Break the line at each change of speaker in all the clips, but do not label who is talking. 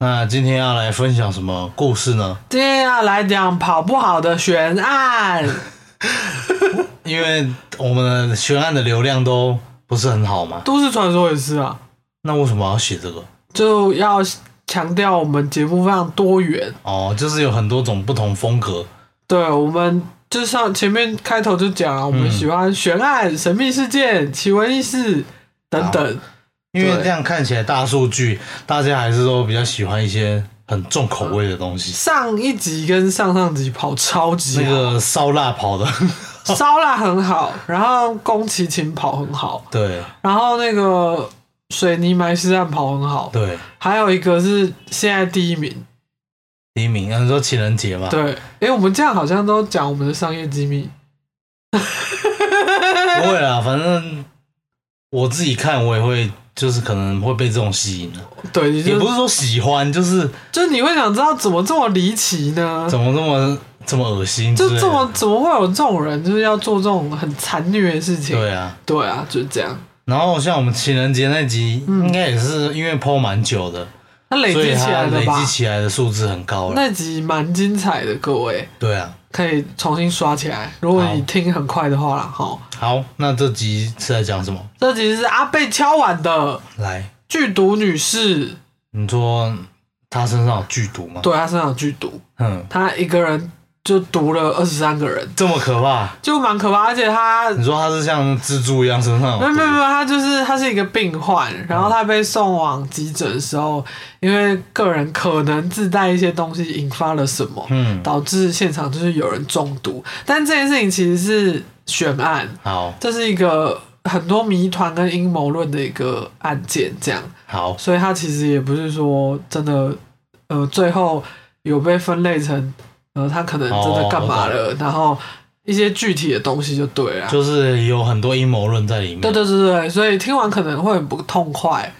那今天要来分享什么故事呢？
今天要来讲跑不好的悬案，
因为我们的悬案的流量都不是很好嘛，
都市传说也是啊，
那为什么要写这个？
就要强调我们节目非常多元。
哦，就是有很多种不同风格。
对，我们就像前面开头就
嗯
讲了，啊我们喜欢悬案、神秘事件、奇闻异事等等。
因为
对
这样看起来大数据，大家还是都比较喜欢一些很重口味的东西。
上一集跟上上集跑超级
那
好，
个烧腊跑的，
烧腊很好，然后宫崎勤跑很好，
对
然后那个水泥埋尸案跑很好，
对，
还有一个是现在第一名。
第一名，啊你说情人节嘛？
对，哎，我们这样好像都讲我们的商业机密。
不会啦，啊反正我自己看，我也会就是可能会被这种吸引的，啊
对，你
也
就
不是说喜欢，就是
就你会想知道怎么这么离奇呢？
怎么这么这么恶心之
就
类的，
这么怎么会有这种人，就是要做这种很残虐的事情？
对啊。
对啊，就是这样。
然后像我们情人节那集，应该也是因为 PO 蛮久的，
他嗯累
所以
积起
它
来的
累
吧
积？起来的数字很高了。
那集蛮精彩的，各位
对啊，
可以重新刷起来。如果你
好
听很快的话啦，哈，
好，那这集是在讲什么？
这集是阿贝敲碗的
来，
剧毒女士，
你说他身上有剧毒吗？，
对她身上有剧毒，
嗯，
她一个人就毒了二十三个人，
这么可怕？
就蛮可怕。而且她
你说他是像蜘蛛一样身上有
没有
毒
没有没有，他就是他是一个病患，然后他被送往急诊的时候，因为个人可能自带一些东西，引发了什么，
嗯，
导致现场就是有人中毒。但这件事情其实是悬案，
好
这是一个很多谜团跟阴谋论的一个案件，这样，
好，
所以他其实也不是说真的，呃，最后有被分类成，呃，他可能真的干嘛了，然后一些具体的东西就对了。
就是有很多阴谋论在里面。
对对对对，所以听完可能会很不痛快，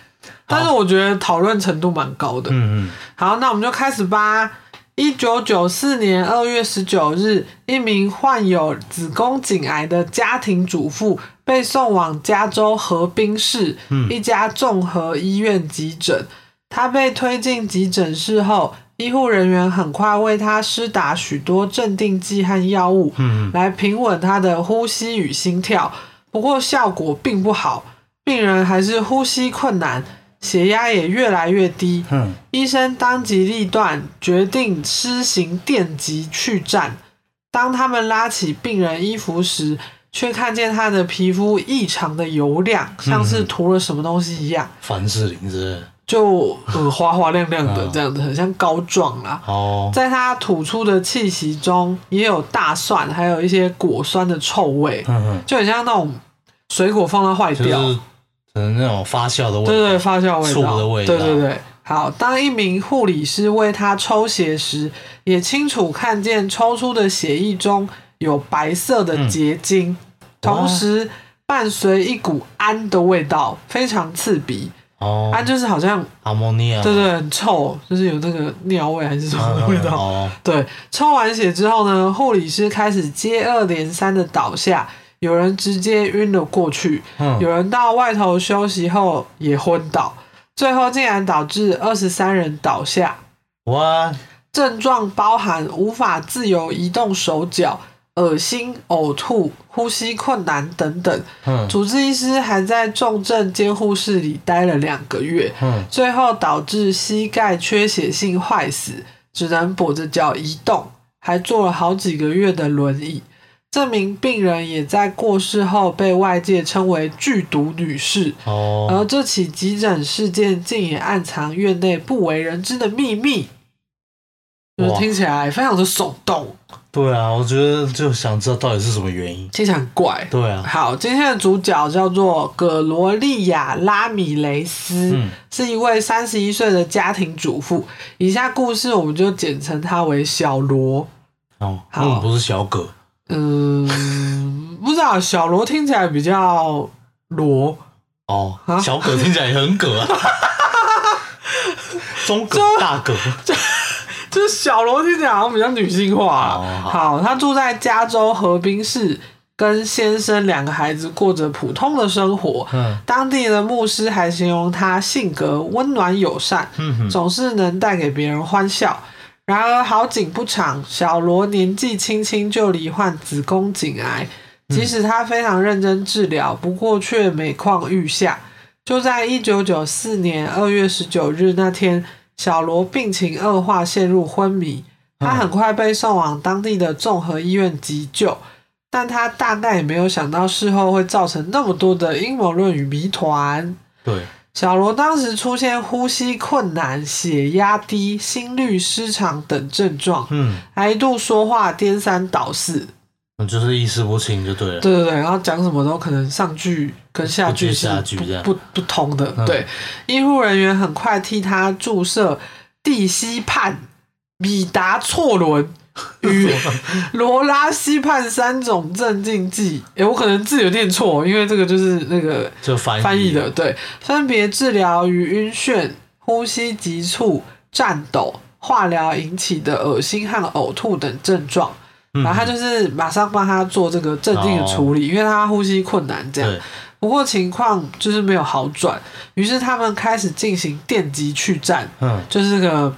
但是我觉得讨论程度蛮高的。
嗯嗯，
好，那我们就开始吧。一九九四年二月十九日，一名患有子宫颈癌的家庭主妇被送往加州河滨市一家综合医院急诊。她被推进急诊室后，医护人员很快为她施打许多镇定剂和药物，
嗯
来平稳她的呼吸与心跳。不过效果并不好，病人还是呼吸困难，血压也越来越低。
哼，
医生当机立断，决定施行电击去战。当他们拉起病人衣服时，却看见他的皮肤异常的油亮，像是涂了什么东西一样，
凡士林之类的。
就呃花花亮亮的
嗯
这样子，很像膏状啦。
哦，
在他吐出的气息中，也有大蒜，还有一些果酸的臭味，
嗯嗯，
就很像那种水果放到坏
就
掉，
是可能那种发酵的味道。
对对，发酵味
醋
道，
的味
对
道
对对。好，当一名护理师为他抽血时，也清楚看见抽出的血液中有白色的结
嗯
晶，同时伴随一股氨的味道，非常刺鼻。
哦，
氨就是好像，
阿莫尼亚。
啊对对，很臭，就是有那个尿味还是什么
嗯，
的
嗯
味道。
哦，
对，抽完血之后呢，护理师开始接二连三的倒下，有人直接晕了过去，
嗯
有人到外头休息后也昏倒，最后竟然导致二十三人倒下。
哇，
症状包含无法自由移动手脚、恶心、呕吐、呼吸困难等等。
嗯
主治医师还在重症监护室里待了两个月，
嗯，
最后导致膝盖缺血性坏死，只能跛着脚移动。还坐了好几个月的轮椅。这名病人也在过世后被外界称为“剧毒女士”。
哦，
而这起急诊事件竟也暗藏院内不为人知的秘密，就是
哇
听起来非常的耸动，
对啊，我觉得就想知道到底是什么原因。
听起来很怪。
对啊，
好，今天的主角叫做葛罗利亚·拉米雷斯，
嗯
是一位三十一岁的家庭主妇。以下故事我们就简称她为小罗。
哦，
好
嗯，不是小葛，
嗯， 不知道小罗听起来比较罗，
哦
啊，
小葛听起来也很葛啊，中葛大葛，
就是小罗听起来好像比较女性化啊、
哦好
好，她住在加州河滨市，跟先生两个孩子过着普通的生活。
嗯
当地的牧师还形容她性格温暖友善，
嗯哼，
总是能带给别人欢笑。然而好景不长，小罗年纪轻轻就罹患子宫颈癌，
嗯
即使她非常认真治疗，不过却每况愈下。就在一九九四年二月十九日那天，小罗病情恶化，陷入昏迷。
嗯
她很快被送往当地的综合医院急救，但她大概也没有想到事后会造成那么多的阴谋论与谜团。
对，
小罗当时出现呼吸困难、血压低、心律失常等症状，
嗯，
还一度说话颠三倒四。
我就是意识不清就对了。
对对对，然后讲什么都可能上句跟下句是
不接下句这样
不不不通的。
嗯
对，医护人员很快替他注射地西泮、米达唑仑 与罗拉西泮三种镇静剂。诶，我可能字有念错，因为这个就是那个
就翻
翻译的，对，分别治疗于晕眩、呼吸急促、颤抖、化疗引起的恶心和呕吐等症状。
嗯哦
然后他就是马上帮他做这个镇定的处理，因为他呼吸困难这样。
对，
不过情况就是没有好转，于是他们开始进行电击去战，
嗯，
就是那个，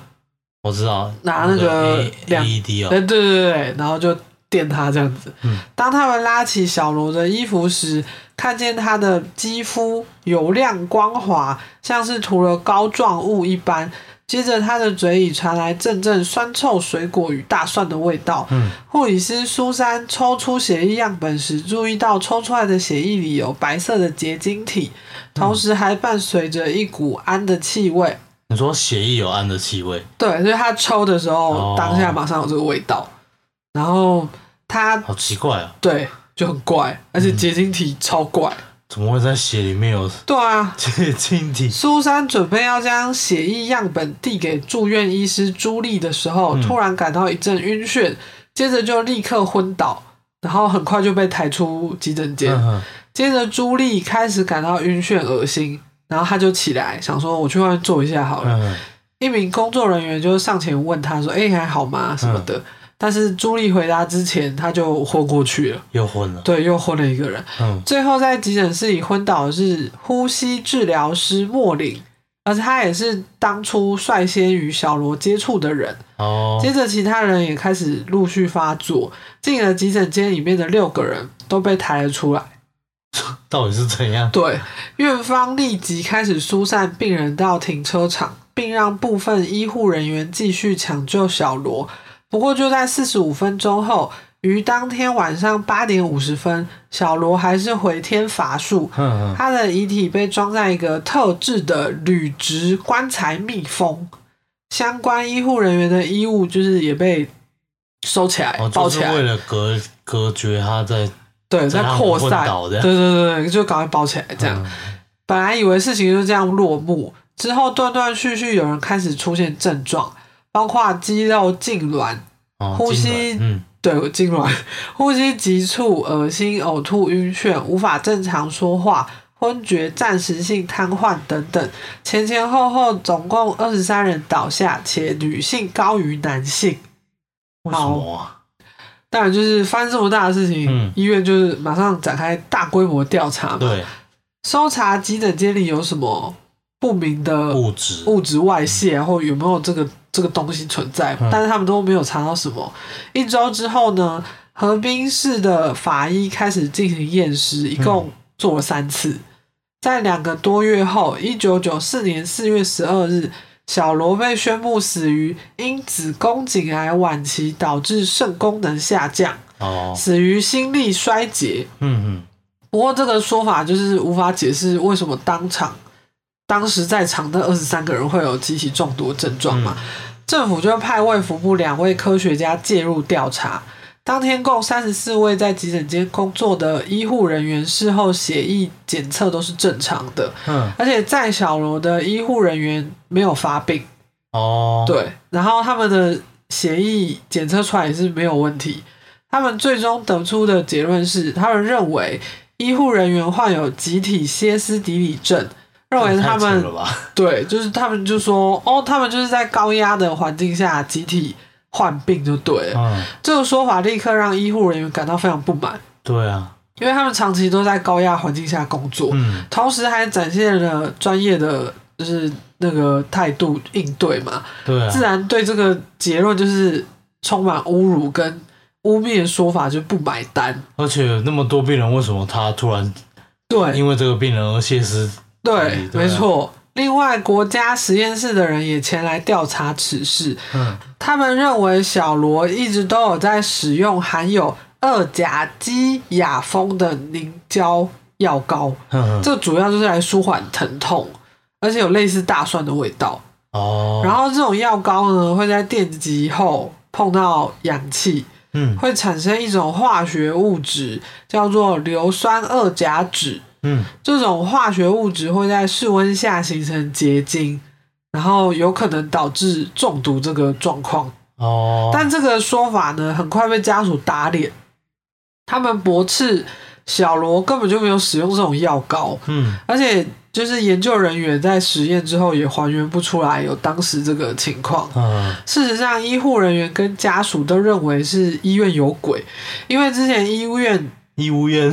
我知道，
拿那个
A-
两
AED
哎、
哦，
对对对对，然后就电他这样子。
嗯
当他们拉起小罗的衣服时，看见他的肌肤油亮光滑，像是涂了膏状物一般。接着，他的嘴里传来阵阵酸臭水果与大蒜的味道。
嗯
护理师苏珊抽出血液样本时，注意到抽出来的血液里有白色的结晶体，
嗯
同时还伴随着一股氨的气味。
你说血液有氨的气味，
对，所以他抽的时候，
哦
当下马上有这个味道。然后他
好奇怪啊，
对就很怪，而且结晶体超怪。
怎么会在血里面有
对啊，
结晶体？
苏珊准备要将血液样本递给住院医师朱莉的时候，
嗯
突然感到一阵晕眩，接着就立刻昏倒，然后很快就被抬出急诊间。
嗯哼
接着朱莉开始感到晕眩、恶心，然后她就起来想说：“我去外面坐一下好了。
嗯哼，
一名工作人员就上前问她说：“哎、你还好吗？”什么的。但是朱莉回答之前，她就昏过去了，
又昏了，
对，又昏了一个人。
嗯，
最后在急诊室里昏倒的是呼吸治疗师莫林，而他也是当初率先与小罗接触的人。
哦，
接着其他人也开始陆续发作，进了急诊间里面的六个人都被抬了出来。
到底是怎样？
对，院方立即开始疏散病人到停车场，并让部分医护人员继续抢救小罗。不过就在四十五分钟后，于当天晚上八点五十分，小罗还是回天乏术，
嗯嗯，
他的遗体被装在一个特制的铝制棺材密封，相关医护人员的衣物就是也被收起来、
哦，
包
就是
起来
为，了隔隔绝他在嗯
对，在
在他们
扩
昏
散，
倒
对
的
对对对，就赶快包起来这样。
嗯
本来以为事情就这样落幕，之后断断续续有人开始出现症状，包括肌肉痉挛、
哦
呼吸
痉挛嗯，
对痉挛、呼吸急促、恶心、呕吐、晕眩、无法正常说话、昏厥、暂时性瘫痪等等。前前后后总共二十三人倒下，且女性高于男性。
为什么啊？
当然，就是发生这么大的事情，
嗯
医院就是马上展开大规模调查嘛，
对，
搜查急诊间里有什么不明的
物质，
物质外泄，然后有没有这个这个东西存在，
嗯
但是他们都没有查到什么。一周之后呢，河滨市的法医开始进行验尸，一共做了三次。在两个多月后，一九九四年四月十二日，小罗被宣布死于因子宫颈癌晚期导致肾功能下降，
哦，
死于心力衰竭。
嗯
不过这个说法就是无法解释为什么当场当时在场的二十三个人会有极其中毒的症状嘛？政府就派卫福部两位科学家介入调查。当天共三十四位在急诊间工作的医护人员事后血液检测都是正常的，
嗯嗯，
而且在小楼的医护人员没有发病，
哦，，
对，然后他们的协议检测出来也是没有问题。他们最终得出的结论是，他们认为医护人员患有集体歇斯底里症，认为他们
了吧？
对，就是他们就说，哦，他们就是在高压的环境下集体患病就对了。
嗯，
这个说法立刻让医护人员感到非常不满，
对啊，
因为他们长期都在高压环境下工作，
嗯
同时还展现了专业的就是那个态度应对嘛。
对啊
自，然对这个结论就是充满侮辱跟污蔑的说法，就不买单。
而且有那么多病人，为什么他突然
对
因为这个病人而歇斯？
对，
对啊
没错。另外，国家实验室的人也前来调查此事，
嗯，
他们认为小罗一直都有在使用含有二甲基亚峰的凝胶药膏，
嗯
这主要就是来舒缓疼痛，而且有类似大蒜的味道。
哦，
然后这种药膏呢，会在电极后碰到氧气，
嗯
会产生一种化学物质，叫做硫酸二甲酯。
嗯，
这种化学物质会在室温下形成结晶，然后有可能导致中毒这个状况。
哦，
但这个说法呢，很快被家属打脸，他们驳斥小罗根本就没有使用这种药膏，
嗯
而且就是研究人员在实验之后也还原不出来有当时这个情况。
嗯
事实上，医护人员跟家属都认为是医院有鬼，因为之前医院，
义务院，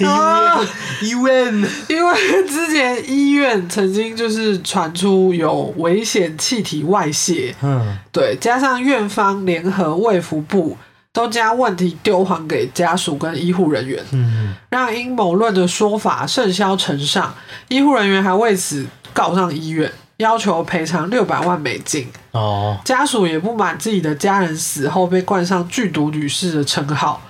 义
啊
医院，
因为 之前医院曾经就是传出有危险气体外泄，
嗯
对，加上院方联合卫福部都将问题丢还给家属跟医护人员，
嗯
让阴谋论的说法甚嚣尘上。医护人员还为此告上医院，要求赔偿六百万美金。
哦，
家属也不满自己的家人死后被冠上“剧毒女士”的称号，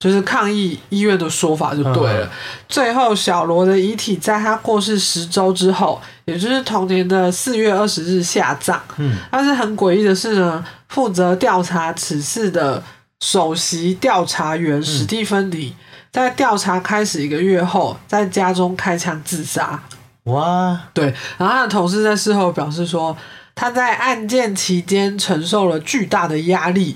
就是抗议医院的说法就对了。
嗯
最后，小罗的遗体在他过世十周之后，也就是同年的四月二十日下葬。
嗯
但是很诡异的是呢，负责调查此事的首席调查员史蒂芬妮，在调查开始一个月后，在家中开枪自杀。
哇，
对，然后他的同事在事后表示说，他在案件期间承受了巨大的压力，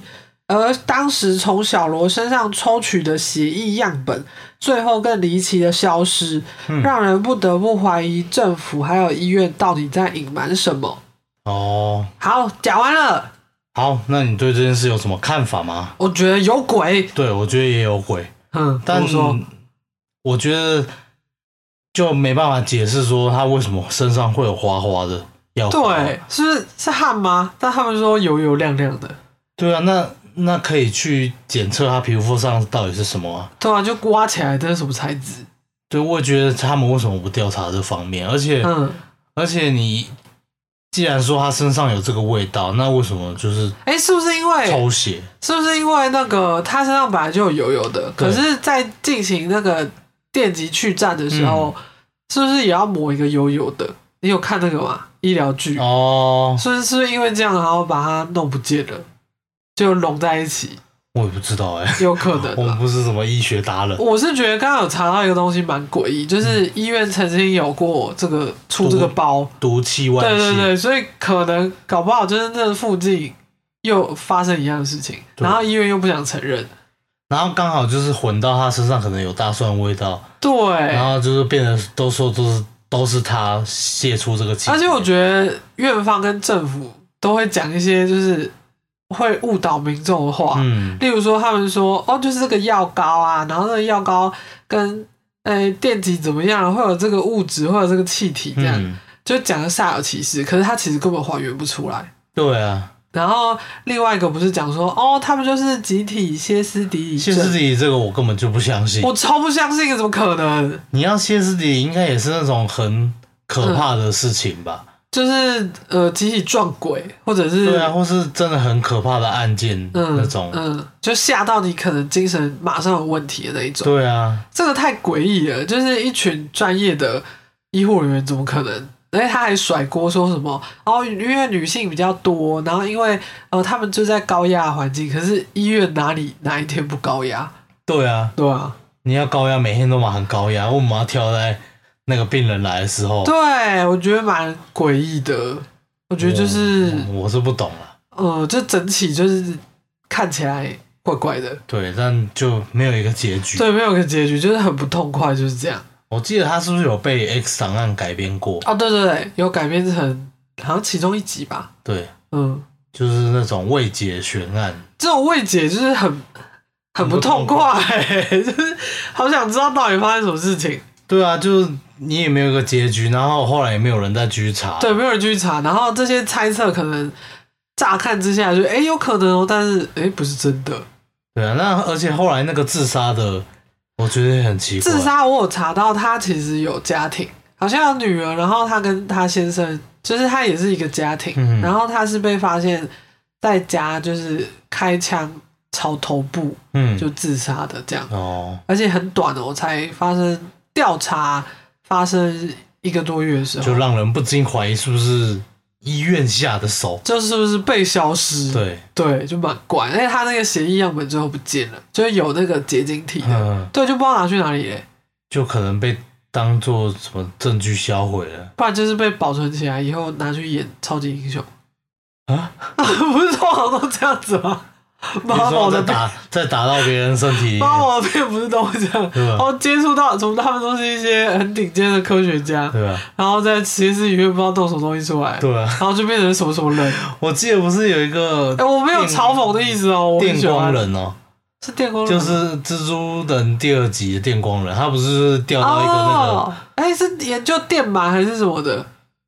而当时从小罗身上抽取的血液样本，最后更离奇的消失，让人不得不怀疑政府还有医院到底在隐瞒什么。
哦，
好，讲完了，
好，那你对这件事有什么看法吗？
我觉得有鬼。
对，我觉得也有鬼，
嗯，
但
我说
我觉得就没办法解释说他为什么身上会有花花的药膏。
对，是不是是汗吗？但他们说油油亮亮的，
对啊，那那可以去检测他皮肤上到底是什么啊？
对啊，就刮起来这是什么材质？
对，我也觉得他们为什么不调查这方面？而且、
嗯，
而且你既然说他身上有这个味道，那为什么就是
哎、是不是因为
抽血？
是不是因为那个他身上本来就有油油的，
对
可是，在进行那个电极去战的时候，
嗯
是不是也要抹一个油油的？你有看那个吗？医疗剧，
哦，
是不是是不是因为这样，然后把它弄不见了，就拢在一起，
我也不知道哎、
有可能
我们
啊。
不是什么医学达人，
我是觉得刚刚有查到一个东西蛮诡异，就是
嗯
医院曾经有过这个出这个包，
毒气外
对
泄。
对对，所以可能搞不好就是那附近又发生一样的事情，
对
然后医院又不想承认，
然后刚好就是混到他身上，可能有大蒜味道，
对，
然后就是变得都说都是都是他泄出这个气体。
而且我觉得院方跟政府都会讲一些就是会误导民众的话，
嗯
例如说他们说哦，就是这个药膏啊，然后那个药膏跟呃电极怎么样，会有这个物质，会有这个气体，这样、
嗯，
就讲的煞有其事。可是它其实根本还原不出来。
对啊，
然后另外一个不是讲说哦，他们就是集体歇斯底里
歇
症，
斯底里这个我根本就不相信。
我超不相信的，怎么可能？嗯
你要歇斯底里，应该也是那种很可怕的事情吧？
就是呃集体撞鬼，或者是
对啊，或是真的很可怕的案件
嗯
那种，
嗯，就吓到你可能精神马上有问题的那一种。
对啊，
这个太诡异了，就是一群专业的医护人员怎么可能？而且他还甩锅说什么哦，因为女性比较多，然后因为呃他们就在高压的环境，可是医院哪里哪一天不高压？
对啊，
对啊，
你要高压，每天都嘛很高压，为什么要挑在那个病人来的时候？
对啊我觉得蛮诡异的。我觉得就是
我我是不懂啊了，
呃，这整体就是看起来怪怪的，
对，但就没有一个结局。
对，没有个结局，就是很不痛快，就是这样。
我记得他是不是有被 X 档案改编过？
哦，对对对，有改编成好像其中一集吧，
对，
嗯。
就是那种未解悬案。
这种未解就是很很不
不
痛
痛
快、 就是好想知道到底发生什么事情。
对啊，就是你也没有一个结局，然后后来也没有人再继续查。
对，没有人去查，然后这些猜测可能乍看之下就哎、诶有可能哦，但是哎、诶不是真的。
对啊，那而且后来那个自杀的，我觉得也很奇怪。
自杀我有查到他其实有家庭，好像有女儿，然后他跟他先生就是他也是一个家庭，
嗯
然后他是被发现在家就是开枪朝头部
嗯，
就自杀的这样。
哦，
而且很短哦，才发生调查发生一个多月的时候，
就让人不禁怀疑是不是医院下的手。
这是不是被消失？
对，
对就蛮怪。而且他那个血液样本最后不见了，就是有那个结晶体的，
嗯，
对，就不知道拿去哪里了，
就可能被当做什么证据销毁了
不然就是被保存起来，以后拿去演超级英雄。
啊？
不是通常都这样子吗？
你
妈宝
说
的
再
病，
打再打到别人身体里面，
妈宝的病不是都会这样？
对啊
然
吧？
后接触到，从他们都是一些很顶尖的科学家，
对吧？
然后在实验室里面不知道动什么东西出来，
对啊，
然后就变成什么什么人。
我记得不是有一个
哎、我没有嘲讽的意思哦，我很
电
喜欢
光人哦，
是电光人
就
吗，
是蜘蛛人第二集的电光人，他不是掉呃到一个那
哦，哎、是研究电鳗还是什么的，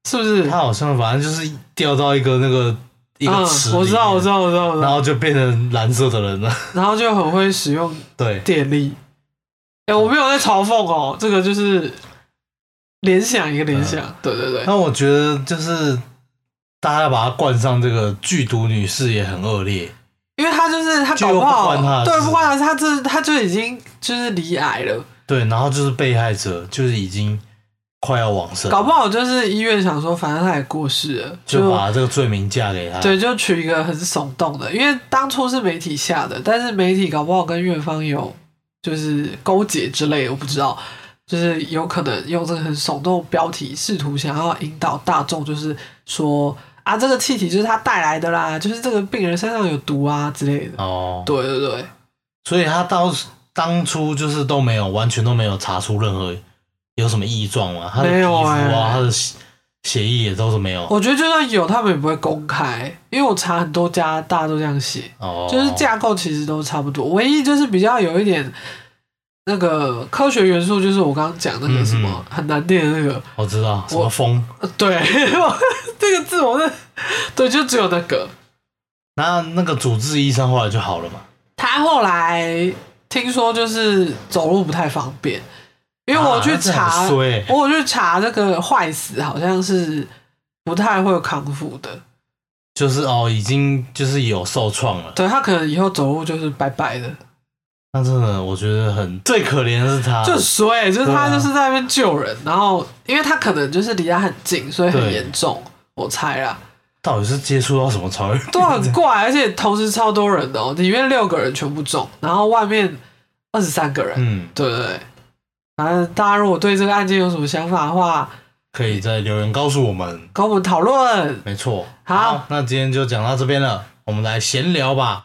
是不是
个，？他好像反正就是掉到一个那个一个池、
嗯，我知道，我知，道，我知道，我知
然
道，
后就变成蓝色的人了，
然后就很会使用
对，
电力。哎、我没有在嘲讽哦，这个就是联想一个联想，
嗯
对对对，
那我觉得就是大家把它冠上这个剧毒女士也很恶劣，
因为他就是他
就
搞好，
不关他的
对，
事
不关他的事，他这他就已经就是离癌了，
对，然后就是被害者就是已经快要往生，
搞不好就是医院想说，反正他也过世了，
就把这个罪名嫁给他，
对，就取一个很耸动的，因为当初是媒体下的，但是媒体搞不好跟院方有就是勾结之类的，我不知道，就是有可能用这个很耸动的标题，试图想要引导大众，就是说啊，这个气体就是他带来的啦，就是这个病人身上有毒啊之类的。
哦，
对对对，
所以他到当初就是都没有完全都没有查出任何有什么异状嘛，他的
没
皮肤
有
啊，
哎
他的血血液也都是没有，
我觉得就算有，他们也不会公开，因为我查很多家，大家都这样写。
哦，
就是架构其实都差不多，唯一就是比较有一点那个科学元素，就是我刚刚讲那
嗯
个什么很难念的那个，
我知道什么风。
呃对， 这个字我是对，就只有那个。
那那个主治医生后来就好了嘛？
他后来听说就是走路不太方便，因为我去
啊这很
查，
衰欸
我有去查那个坏死好像是不太会康复的，
就是哦，已经就是有受创了。
对他可能以后走路就是拜拜的，
那真的，我觉得很最可怜的是他，
就很衰，就是他
啊对啊
就是在那边救人，然后因为他可能就是离他很近，所以很
对
严重，我猜啦，
到底是接触到什么才会
都很怪，而且同时超多人的哦，里面六个人全部中，然后外面二十三个人，
嗯，
对对对。反正大家如果对这个案件有什么想法的话，
可以在留言告诉我们。
跟我们讨论。
没错，
好
那今天就讲到这边了，我们来闲聊吧。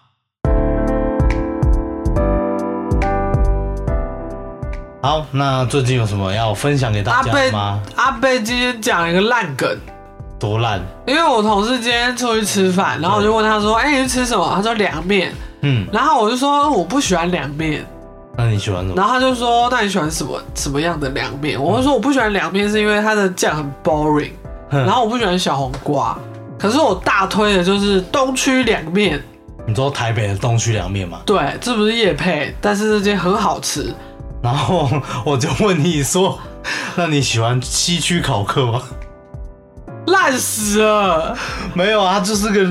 好，那最近有什么要分享给大
阿
家的
贝
吗？
阿贝今天讲了一个烂梗，
多烂，
因为我同事今天出去吃饭，然后我就问他说：“哎、你去吃什么？”他说凉面，
嗯，
然后我就说哦我不喜欢凉面，
那你喜欢什么？
然后他就说：“那你喜欢什么什么样的凉面？”我就说：“我不喜欢凉面，是因为它的酱很 boring，
哼
然后我不喜欢小黄瓜。可是我大推的就是东区凉面，
你知道台北的东区凉面吗？
对，这不是夜配，但是这间很好吃。
然后 我就问你说，那你喜欢西区烤客吗？
烂烂死了，
没有啊，就是个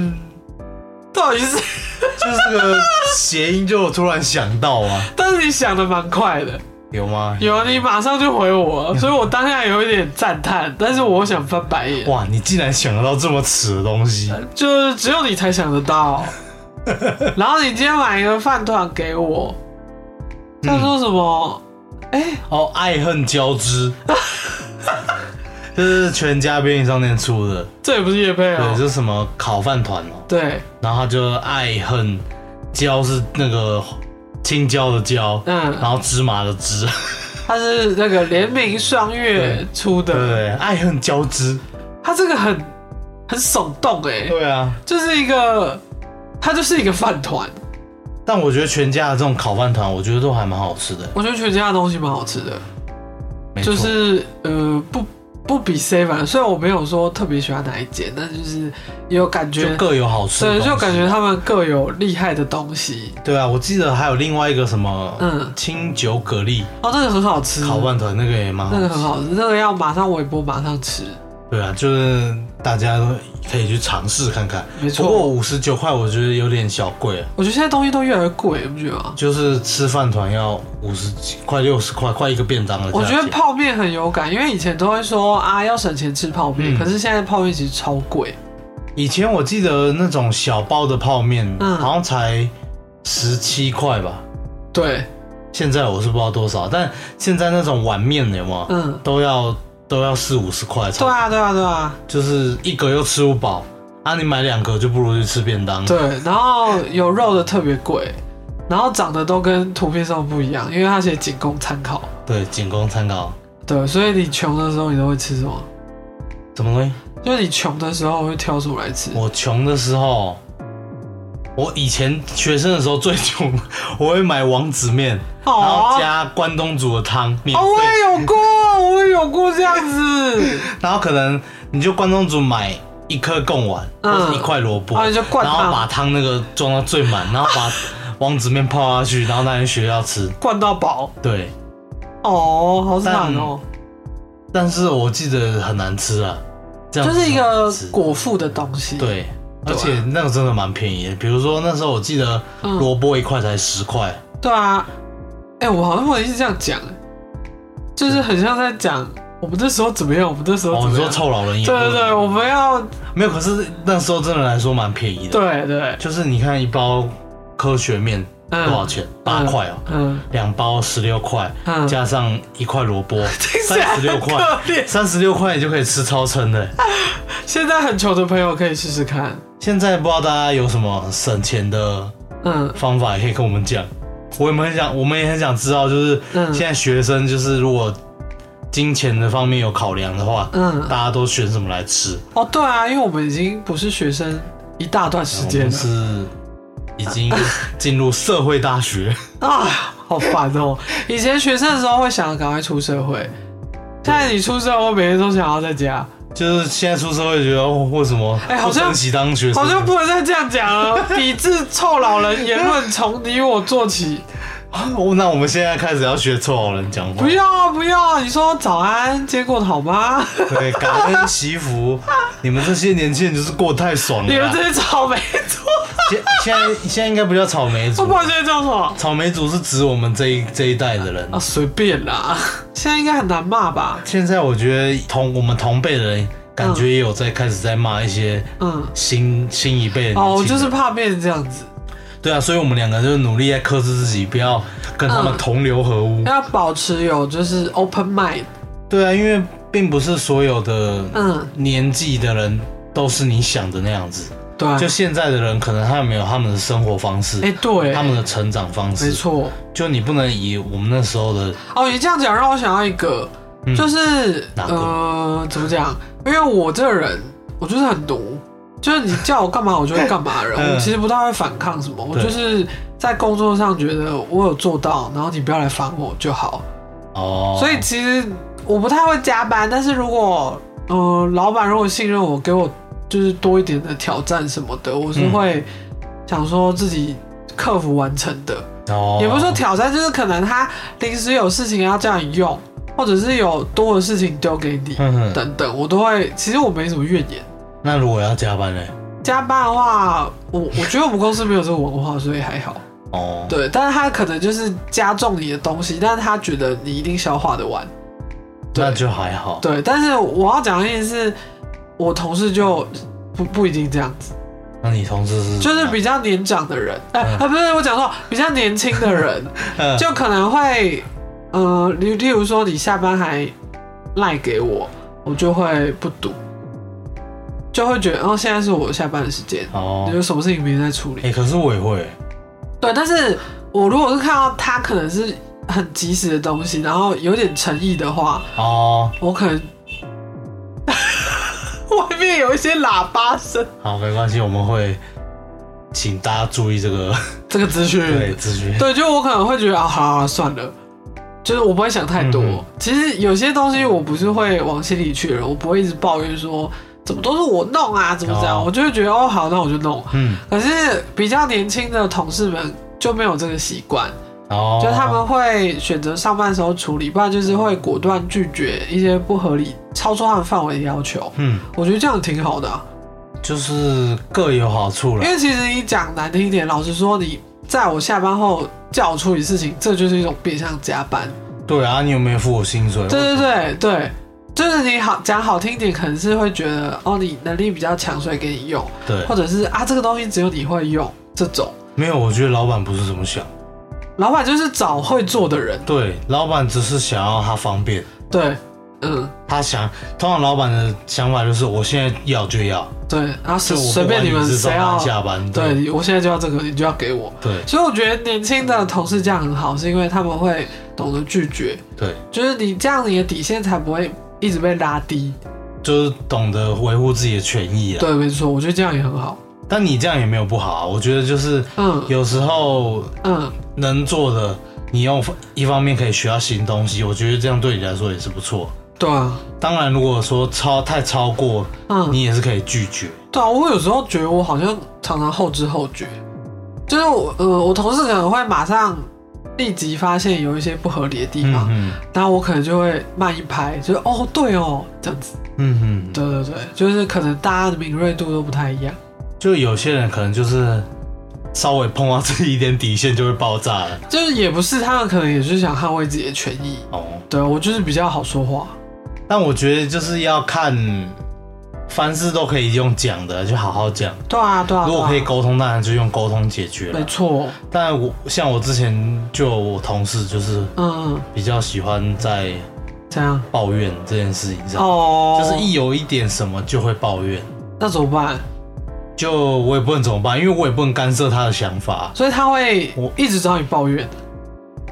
到底
就
是？
是个谐音，就我突然想到啊，
但是你想的蛮快的，
有吗？
有啊你马上就回我，所以我当下有一点赞叹，但是我想翻白眼，
哇，你竟然想得到这么耻的东西，
就是只有你才想得 到。然后你今天买一个饭团给我，他说什么？哎、
哦，爱恨交织， 这是全家便利商店出的，
这也不是叶配
对，
哦、
这是什么烤饭团哦，
对，
然后它就爱恨交是那个青椒的椒，然
嗯，
后芝麻的芝，
它是那个联名双月出
对不
的，
对？爱恨交织，
它这个很很耸动哎、
对啊，
就是一个，它就是一个饭团。
但我觉得全家的这种烤饭团，我觉得都还蛮好吃的，
我觉得全家的东西蛮好吃的，
没错
就是呃不不比 seven，虽然我没有说特别喜欢哪一间，但就是也有感
就
觉，
各有好吃的
对，
东西，
就感觉他们各有厉害的东西。
对啊，我记得还有另外一个什么，
嗯
清酒蛤蜊
哦，那个很好吃，
烤饭团，那个也蛮好
嗯
吃。
那个很好吃，那个要马上微波马上吃，
对啊，就是大家都可以去尝试看看。
没
不过
错。
五十九块，我觉得有点小贵啊。
我觉得现在东西都越来越贵，你不觉得吗？
就是吃饭团要五十几块、六十块，快一个便当了。
我觉得泡面很有感，因为以前都会说啊要省钱吃泡面，
嗯
可是现在泡面其实超贵，
以前我记得那种小包的泡面，
嗯
好像才十七块吧。
对，
现在我是不知道多少，但现在那种碗面的嘛，
嗯，
都要都要四五十块，
对啊，对啊，对啊。
就是一个又吃不饱，啊，你买两个就不如去吃便当。
对，然后有肉的特别贵，然后长得都跟图片上不一样，因为它写仅供参考。
对，仅供参考。
对，所以你穷的时候你都会吃什么？
什么东西？
就是你穷的时候会挑什么来吃？
我穷的时候，我以前学生的时候最穷， 我会买王子面，然后
哦，
加关东煮的汤，免
哦，我也
费。
有过，我也有过这样 子，
然后可能你就关东煮买一颗贡丸，
嗯
或者一块萝卜，
啊你就灌
然后
汤
把汤那个装到最满，然后 把王子面泡下去，然后拿去学校吃。
灌到饱。
对，
哦，好惨哦，
但是我记得很难吃啊，这样
就
子
是一个
很难吃
果腹的东西。，
对，而
对啊
且那个真的蛮便宜的。比如说那时候我记得
嗯
萝卜一块才十块，
对啊。哎、我好像不能一直这样讲，就是很像在讲我们那时候怎么样，我们那时候
哦，
怎
你
么
说
样。
臭老人也
对对对，我们要
没有，可是那时候真的来说蛮便宜的。，
对对，
就是你看一包科学面多少钱？八块哦，
嗯
两包十六块，
嗯，
加上一块萝卜，
听起
三
来
十
很
六块，
可怜。
三十六块你就可以吃超撑的。
现在很穷的朋友可以试试看，
现在不知道大家有什么省钱的
嗯
方法，也可以跟我们讲。我们很想，我们也很想知道，就是
嗯
现在学生就是如果金钱的方面有考量的话，
嗯，
大家都选什么来吃？
哦对啊，因为我们已经不是学生一大段时
哦我
间
们
了
是已经进入社会大学。
啊，好烦哦。以前学生的时候会想赶快出社会，现在你出社会，每天都想要在家，
就是现在出社会，觉得哦为什么
哎
不
好像
珍惜当学生？
好像不能再这样讲了。抵制臭老人言论从你我做起，
哦那我们现在开始要学臭老人讲话，
不要啊不要啊，你说早安，今天过得好吗？
对感恩祈福。你们这些年轻人就是过得太爽
你
了啦。
们这些草莓族，
现现在现在应该不叫草莓
我
族
哦不，知道现在叫什么。
草莓族是指我们这一这一代的人
啊，。随便啦，现在应该很难骂吧？
现在我觉得同我们同辈的人，感觉也有在开始在骂一些
嗯，
新新一辈的年轻人。
哦，我就是怕变成这样子，
对啊，所以我们两个就是努力在克制自己，不要跟他们
嗯
同流合污。
要保持有就是 open mind，
对啊，因为并不是所有的
嗯，
年纪的人都是你想的那样子。
对啊，
就现在的人，可能他们有他们的生活方式，
哎、对，
他们的成长方
没
式。
错。
就你不能以我们那时候的，
哦，你这样讲让我想到一个，
嗯
就是
哪个
呃，怎么讲？因为我这个人，我就是很毒，就是你叫我干嘛，我就会干 嘛的人。
嗯
我其实不大会反抗什么，我
对
就是在工作上觉得我有做到，然后你不要来烦我就好。
哦，
所以其实我不太会加班，但是如果呃老板如果信任我，给我就是多一点的挑战什么的，我
嗯
是会想说自己克服完成的，
哦
也不是说挑战，就是可能他临时有事情要叫你用，或者是有多的事情丢给你、
嗯哼
等等，我都会。其实我没什么怨言。
那如果要加班嘞？
加班的话，我我觉得我们公司没有这个文化，所以还好。
哦，
对，但是他可能就是加重你的东西，但是他觉得你一定消化得完。
那就还好。
对，但是我要讲的意思是，我同事就不不一定这样子，
那你同事是
就是比较年长的人，哎、啊，不是我讲错，比较年轻的人
嗯
就可能会，呃，例例如说你下班还赖给我，我就会不读，就会觉得哦，现在是我下班的时间，
哦
你，有什么事情明天再处理。
哎、可是我也会，
对，但是我如果是看到他可能是很及时的东西，然后有点诚意的话，
哦，
我可 能外面有一些喇叭声，
好，没关系，我们会请大家注意这 个
这个资讯，
对资讯。
对，就我可能会觉得啊，好啊算了。就是我不会想太多，
嗯
其实有些东西我不是会往心里去的人，我不会一直抱怨说怎么都是我弄啊，怎么这样，
哦
我就会觉得哦好，那我就弄。
嗯，
可是比较年轻的同事们就没有这个习惯，
哦，
就他们会选择上班的时候处理，不然就是会果断拒绝一些不合理、超出他们范围的要求。
嗯，
我觉得这样挺好的啊、
就是各有好处了
因。为其实你讲难听一点，老实说，你在我下班后叫我处理事情，这就是一种变相加班。
对啊，你有没有付我薪水？
对对对对，就是你好讲好听一点，可能是会觉得哦，你能力比较强，所以给你用，
对
或，者是啊，这个东西只有你会用这种。
没有，我觉得老板不是这么想。
老板就是找会做的人，
对，老板只是想要他方便，
对，嗯，
他想，通常老板的想法就是我现在要就要，
对，然后
就
随
我不
随便
管
你们
是上
谁
班
要
下班。对
对我现在就要这个，你就要给我。
对
所以我觉得年轻的同事这样很好，是因为他们会懂得拒绝，
对，
就是你这样你的底线才不会一直被拉低。
就是懂得维护自己的权益啊。
对，没错，我觉得这样也很好。
但你这样也没有不好啊，我觉得就是
嗯
有时候
嗯，
能做的，你用一方面可以学到新东西，我觉得这样对你来说也是不错。
对啊，
当然，如果说超太超过，
嗯，
你也是可以拒绝。
对啊，我有时候觉得我好像常常后知后觉，就是我呃，我同事可能会马上立即发现有一些不合理的地
嗯
方，
哼，
然后我可能就会慢一拍，就是哦，对哦，这样子。
嗯哼，
对对对，就是可能大家的敏锐度都不太一样。
就有些人可能就是稍微碰到自己一点底线就会爆炸了。
就是也不是，他们可能也是想捍卫自己的权益。
哦，
对我就是比较好说话，
但我觉得就是要看，凡事都可以用讲的，就好好讲。
对啊对啊。
如果可以
对啊
沟通，当然就用沟通解决
没
了。
错，
但我像我之前就有我同事就是
嗯，
比较喜欢在
这样
抱怨这件事情上，
哦，
就是一有一点什么就会抱怨。
那怎么办？
就我也不能怎么办，因为我也不能干涉他的想法。
所以他会
我
一直找你抱怨，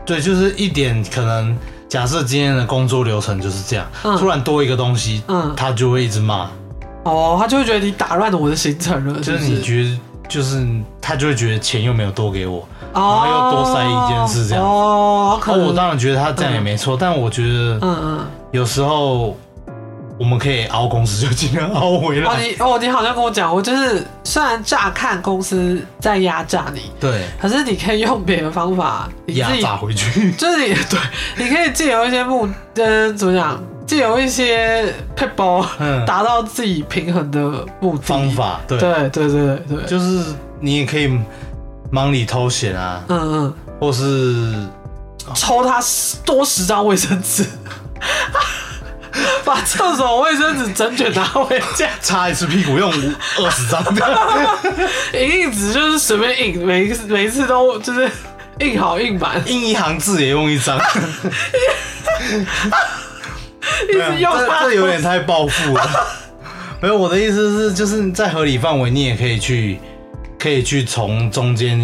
对，就是一点可能，假设今天的工作流程就是这样，
嗯
突然多一个东西，
嗯
他就会一直骂，
哦，他就会觉得你打乱了我的行程了，
就是是
呃不
你
是
觉得，就是他就会觉得钱又没有多给我，
哦，
然后又多塞一件事这样
哦，可
哦，
能
我当然觉得他这样也没错，但我觉得
嗯
有时候我们可以熬公司就尽量熬回
嗯，哦
来。
你哦你好像跟我讲，我就是虽然乍看公司在压榨你，
对，
可是你可以用别的方法，你自
压
己
榨回 去。
就是你对，你可以借由一些目，呃，怎么讲，借由一些 people
嗯，
达到自己平衡的目的
方。法对，
对对对对对，
就是你也可以忙里偷闲啊，
嗯
或是
嗯，抽他十多十张卫生纸， 把厕所卫生纸整卷拿回家，
擦一次屁股用五二十 张
影印纸就是随便印，每一次每一次都就是印好印满，
印一行字也用一张，
一直用
啊这
它。
这有点太暴富了。 没有，我的意思是，就是在合理范围，你也可以去，可以去从中间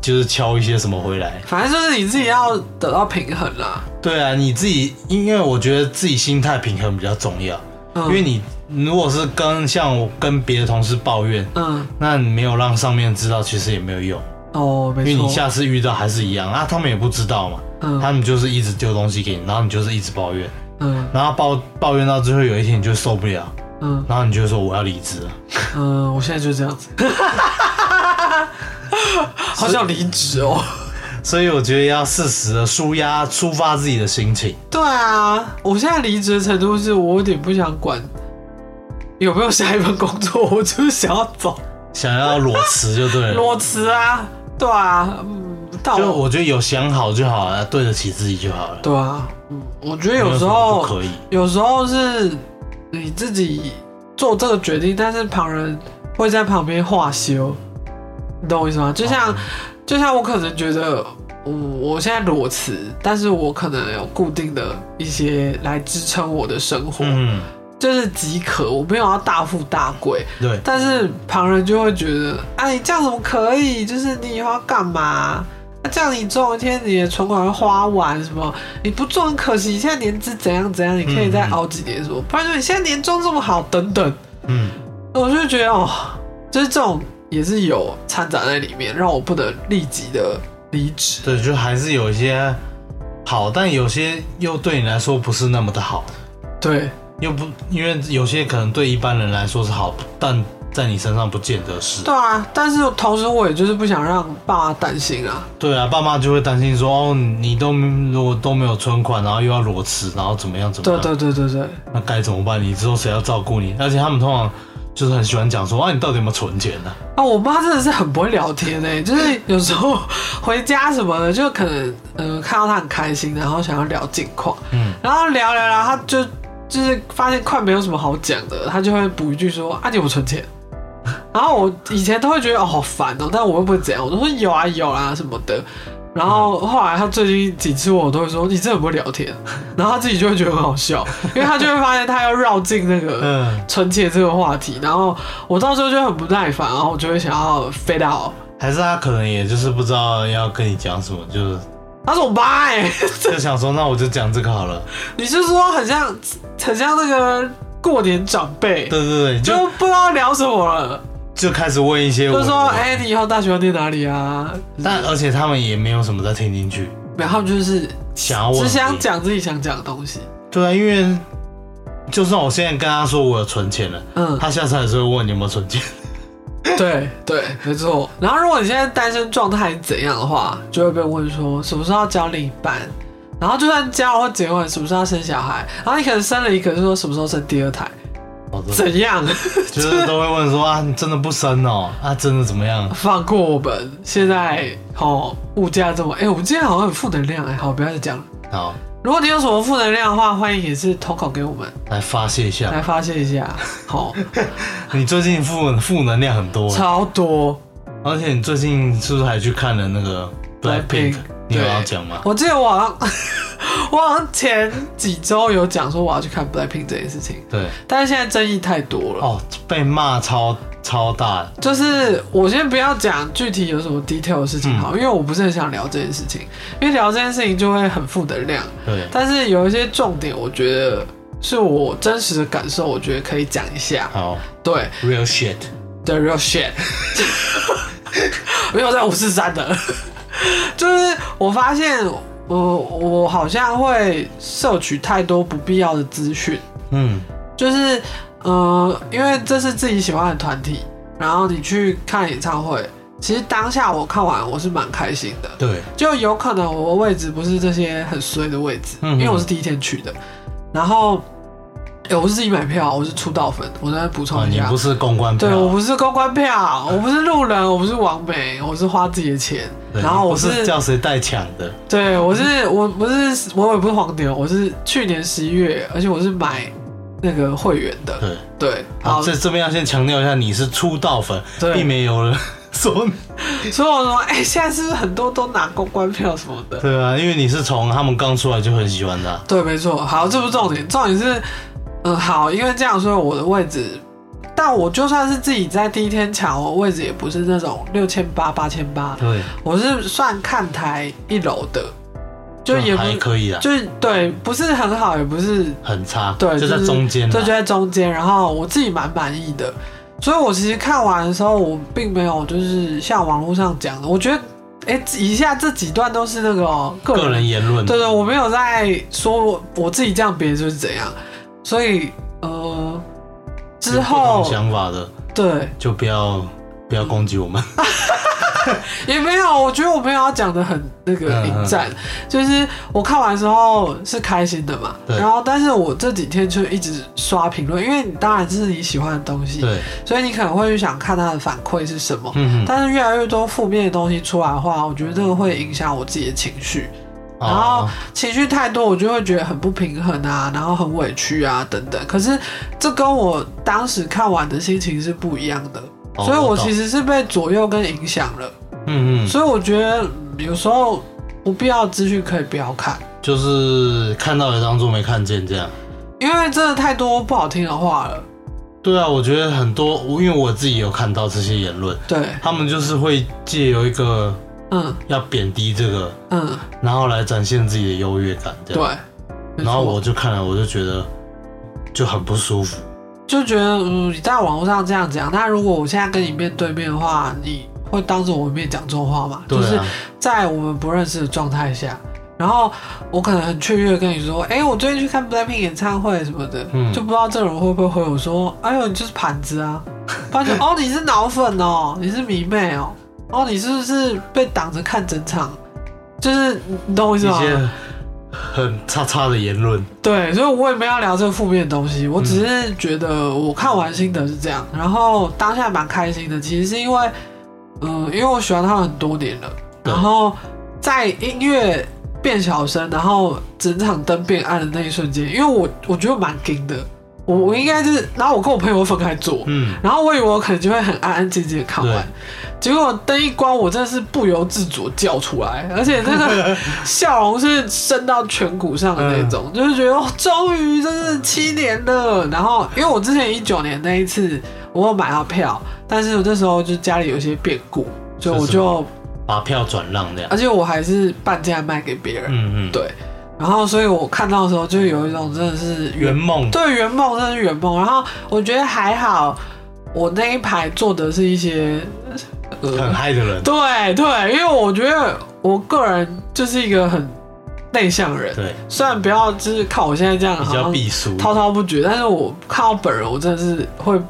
就是敲一些什么回来。
反正就是你自己要得到平衡啦。
对啊，你自己，因为我觉得自己心态平衡比较重要，
嗯
因为你如果是跟像我跟别的同事抱怨，
嗯
那你没有让上面知道，其实也没有用，
哦，没
因为你
错，
下次遇到还是一样啊，他们也不知道嘛，他
嗯
们就是一直丢东西给你，然后你就是一直抱怨，
嗯
然后抱抱怨到最后有一天你就受不了，
嗯
然后你就说我要离职了，
嗯， 我现在就这样子，好想离职哦。
所以我觉得要适时的舒压，抒发自己的心情。
对啊，我现在离职的程度是我有点不想管有没有下一份工作，我就是想要走
想要裸辞就对了，
裸辞啊，对啊，嗯，但
就
我
我觉得有想好就好了，对得起自己就好了。
对啊，嗯，我觉得
没
有
有
时
什
候
么不可以，
有时候是你自己做这个决定，但是旁人会在旁边化修，你懂我意思吗？就
哦
像、就像我可能觉得，我我现在裸辞，但是我可能有固定的一些来支撑我的生活，
嗯，
就是即可，我没有要大富大贵，
对，
但是旁人就会觉得，啊，你这样怎么可以？就是你以后要干嘛？那、这样你总有一天你的存款会花完，什么？你不做很可惜。你现在年资怎样怎样，你可以再
嗯嗯
熬几年，什么？不然就你现在年终这么好，等等。
嗯，
我就觉得哦，就是这种也是有掺杂在里面，让我不能立即的离职。
对，就还是有一些好，但有些又对你来说不是那么的好，
对
又不因为有些可能对一般人来说是好，但在你身上不见得是。
对啊，但是同时我也就是不想让爸妈担心啊。
对啊，爸妈就会担心说，哦，你都如果都没有存款，然后又要裸辞，然后怎么样怎么
对
样，
对对对对，
那该怎么办？你之后谁要照顾你？而且他们通常就是很喜欢讲说，啊，你到底有没有存钱呢、
啊，我妈真的是很不会聊天诶、就是有时候回家什么的，就可能呃看到她很开心，然后想要聊近况，
嗯，
然后聊聊聊，她就就是发现快没有什么好讲的，她就会补一句说：“啊，你有没有存钱？” 然后我以前都会觉得哦好烦哦，但我又不会怎样，我都说有啊有啊什么的。然后后来她最近几次我都会说你真的很不会聊天， 然后她自己就会觉得很好笑，因为她就会发现她要绕进那个
嗯，
存钱这个话题，然后我到时候就很不耐烦，然后我就会想要飞到。
还是他可能也就是不知道要跟你讲什么， 就是
他是我妈哎、
就想说，那我就讲这个好了。
你是说很像很像那个过年长辈，
对对对，就
就不知道聊什么了，
就开始问一些我，
就说哎、你以后大学要念哪里啊？
但而且他们也没有什么在听进去，
然后就是
想要问
只想
你。
讲自己想讲的东西，
对啊，因为就算我现在跟他说我有存钱了，
嗯，
他下次还是会问你有没有 存钱。
对对，没错。然后如果你现在单身状态怎样的话，就会被问说什么时候要交另一半，然后就算交了或结婚，什么时候要生小孩，然后你可能生了一个，就说什么时候生第二胎。
好的
怎样
就是都会问说啊，你真的不生哦？啊，真的怎么样？
放过我们？现在哦，物价这么，哎、我们今天好像很负能量哎、好，不要再讲了。
好，
如果你有什么负能量的话，欢迎也是投稿给我们
来发泄一
来
下。
发泄一下。好，
你最近负负能量很多，
超多。
而且你最近是不是还去看了那个
Blackpink，
Blackpink？你有
对
要讲吗？
我记得我好像 我好像前几周有讲说我要去看 Blackpink 这件事情，
对，
但是现在争议太多了。
哦，被骂超超大的，
就是我先不要讲具体有什么 detail 的事情好，因为我不是很想聊这件事情，因为聊这件事情就会很负能量。
对，
但是有一些重点，我觉得是我真实的感受，我觉得可以讲一下。
好
对
，real shit，
，the real shit，没有在五四三的， 就是我发现我我好像会摄取太多不必要的资讯，
嗯，
就是呃，因为这是自己喜欢的团体，然后你去看演唱会，其实当下我看完我是蛮开心的，
对，
就有可能我的位置不是这些很衰的位置，
嗯
因为我是第一天去的。然后，哎、我是自己买票，我是出道粉，我再补
啊，
充一
你
下。
不是公关票啊
对我不是公关票，我不是路人，我不是王美，我是花自己的钱。
对
然后
你
我
不是叫谁代抢的，
对我是我不是我也不是黄牛，我是去年十一月，而且我是买那个会员的。
对，
对，
好，
好，
啊这这边要先强调一下，你是出道粉，
对
并没有人说 你，
所以我说，哎、现在是不是很多都拿公关票什么的？
对啊，因为你是从他们刚出来就很喜欢他，
对，没错。好，这不是重点，重点是，嗯，好，因为这样，所以我的位置，但我就算是自己在第一天抢，我位置也不是那种六千八、八千八，
对，
我是算看台一楼的，就也不
还可以啦，
就是对，不是很好，也不是
很差，
对，
就在
是
中间啦，啊
对，就在中间。然后我自己蛮满意的，所以我其实看完的时候，我并没有就是像网络上讲的，我觉得，哎，以下这几段都是那个哦个
个人言论，
对对，我没有在说我我自己这样，别人就是怎样，所以呃，之
有不同
后
想法的
对
就不要不要攻击我们，
也没有，我觉得我没有要讲的很那个
嗯
迎战，就是我看完之后是开心的嘛，
对
然后但是我这几天就一直刷评论，因为你当然这是你喜欢的东西，
对，
所以你可能会去想看他的反馈是什么。
嗯哼，
但是越来越多负面的东西出来的话，我觉得这个会影响我自己的情绪，然后
哦，
情绪太多，我就会觉得很不平衡啊，然后很委屈啊等等。可是这跟我当时看完的心情是不一样的，
哦
所以我
懂
其实是被左右跟影响了。
嗯嗯，
所以我觉得嗯有时候不必要的资讯可以不要看，
就是看到也当做没看见这样。
因为真的太多不好听的话了。
对啊，我觉得很多，我因为我自己有看到这些言论，
对，
他们就是会借由一个
嗯
要贬低这个，
嗯，
然后来展现自己的优越感这
对啊
样。。
没
然后
错
我就看了，我就觉得就很不舒服。
就觉得，嗯，你在网络上这样讲，那如果我现在跟你面对面的话，你会当着我面讲这种话吗？
对
就是
啊，
在我们不认识的状态下，然后我可能很雀跃地跟你说，哎、我最近去看 BLACKPINK 演唱会什么的，
嗯
就不知道这种会不会回我说，哎呦，你就是盘子啊， 发现哦，你是脑粉哦，你是迷妹哦，哦，你是不是被挡着看整场？就是你你懂我意思
一
吗？
些很差差的言论。
对，所以我也没有要聊这个负面的东西，我只是觉得我看完心得是这样，然后当下蛮开心的，其实是因为，嗯、因为我喜欢他们很多年了，
对
然后在音乐变小声，然后整场灯变暗的那一瞬间，因为我我觉得蛮惊的，我我应该就是，然后我跟我朋友分开坐，
嗯，
然后我以为我可能就会很安安静静的看完，结果灯一关，我真的是不由自主地叫出来，而且那个 笑容是伸到颧骨上的那
嗯
种，就是觉得哦，终于真是七年了。然后因为我之前一九年那一次，我有买到票，但是我那时候就家里有一些变故，所以我
是什
就，
把票转让这样
而。且我还是半价卖给别人，
嗯嗯，
呃对。然后，所以我看到的时候，就有一种真的是
圆梦。
对，圆梦真的是圆梦。然后我觉得还好，我那一排坐的是一些，
很
呃，
嗨的人。
对对，因为我觉得我个人就是一个很内向人，
对，
虽然不要就是看我现在这样
比
好
较
像
避俗。
滔滔不绝，但是我看到本人，我真的是会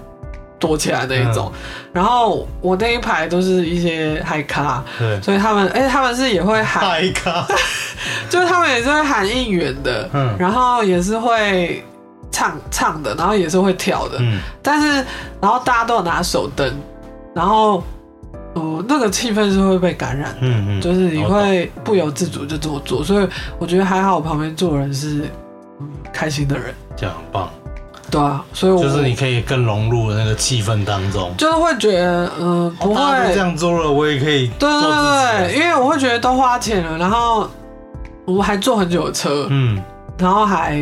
躲起来那一种。
嗯
然后我那一排都是一些嗨咖，
对，
所以他们，而且他们是也会喊
嗨咖。
就是他们也是会喊应援的，
嗯
然后也是会唱唱的，然后也是会跳的，
嗯，
但是然后大家都有拿手灯，然后呃那个气氛是会被感染的，
嗯嗯，
就是你
我懂
会不由自主就这么做，所以我觉得还好，我旁边坐的人是嗯开心的人，
这样很棒，
对啊，所以我
就是你可以更融入那个气氛当中。
就是会觉得嗯、呃不
哦
会、
大家都这样做了，我也可以
对
做自己啊。
对对，因为我会觉得都花钱了，然后我还坐很久的车，
嗯，
然后还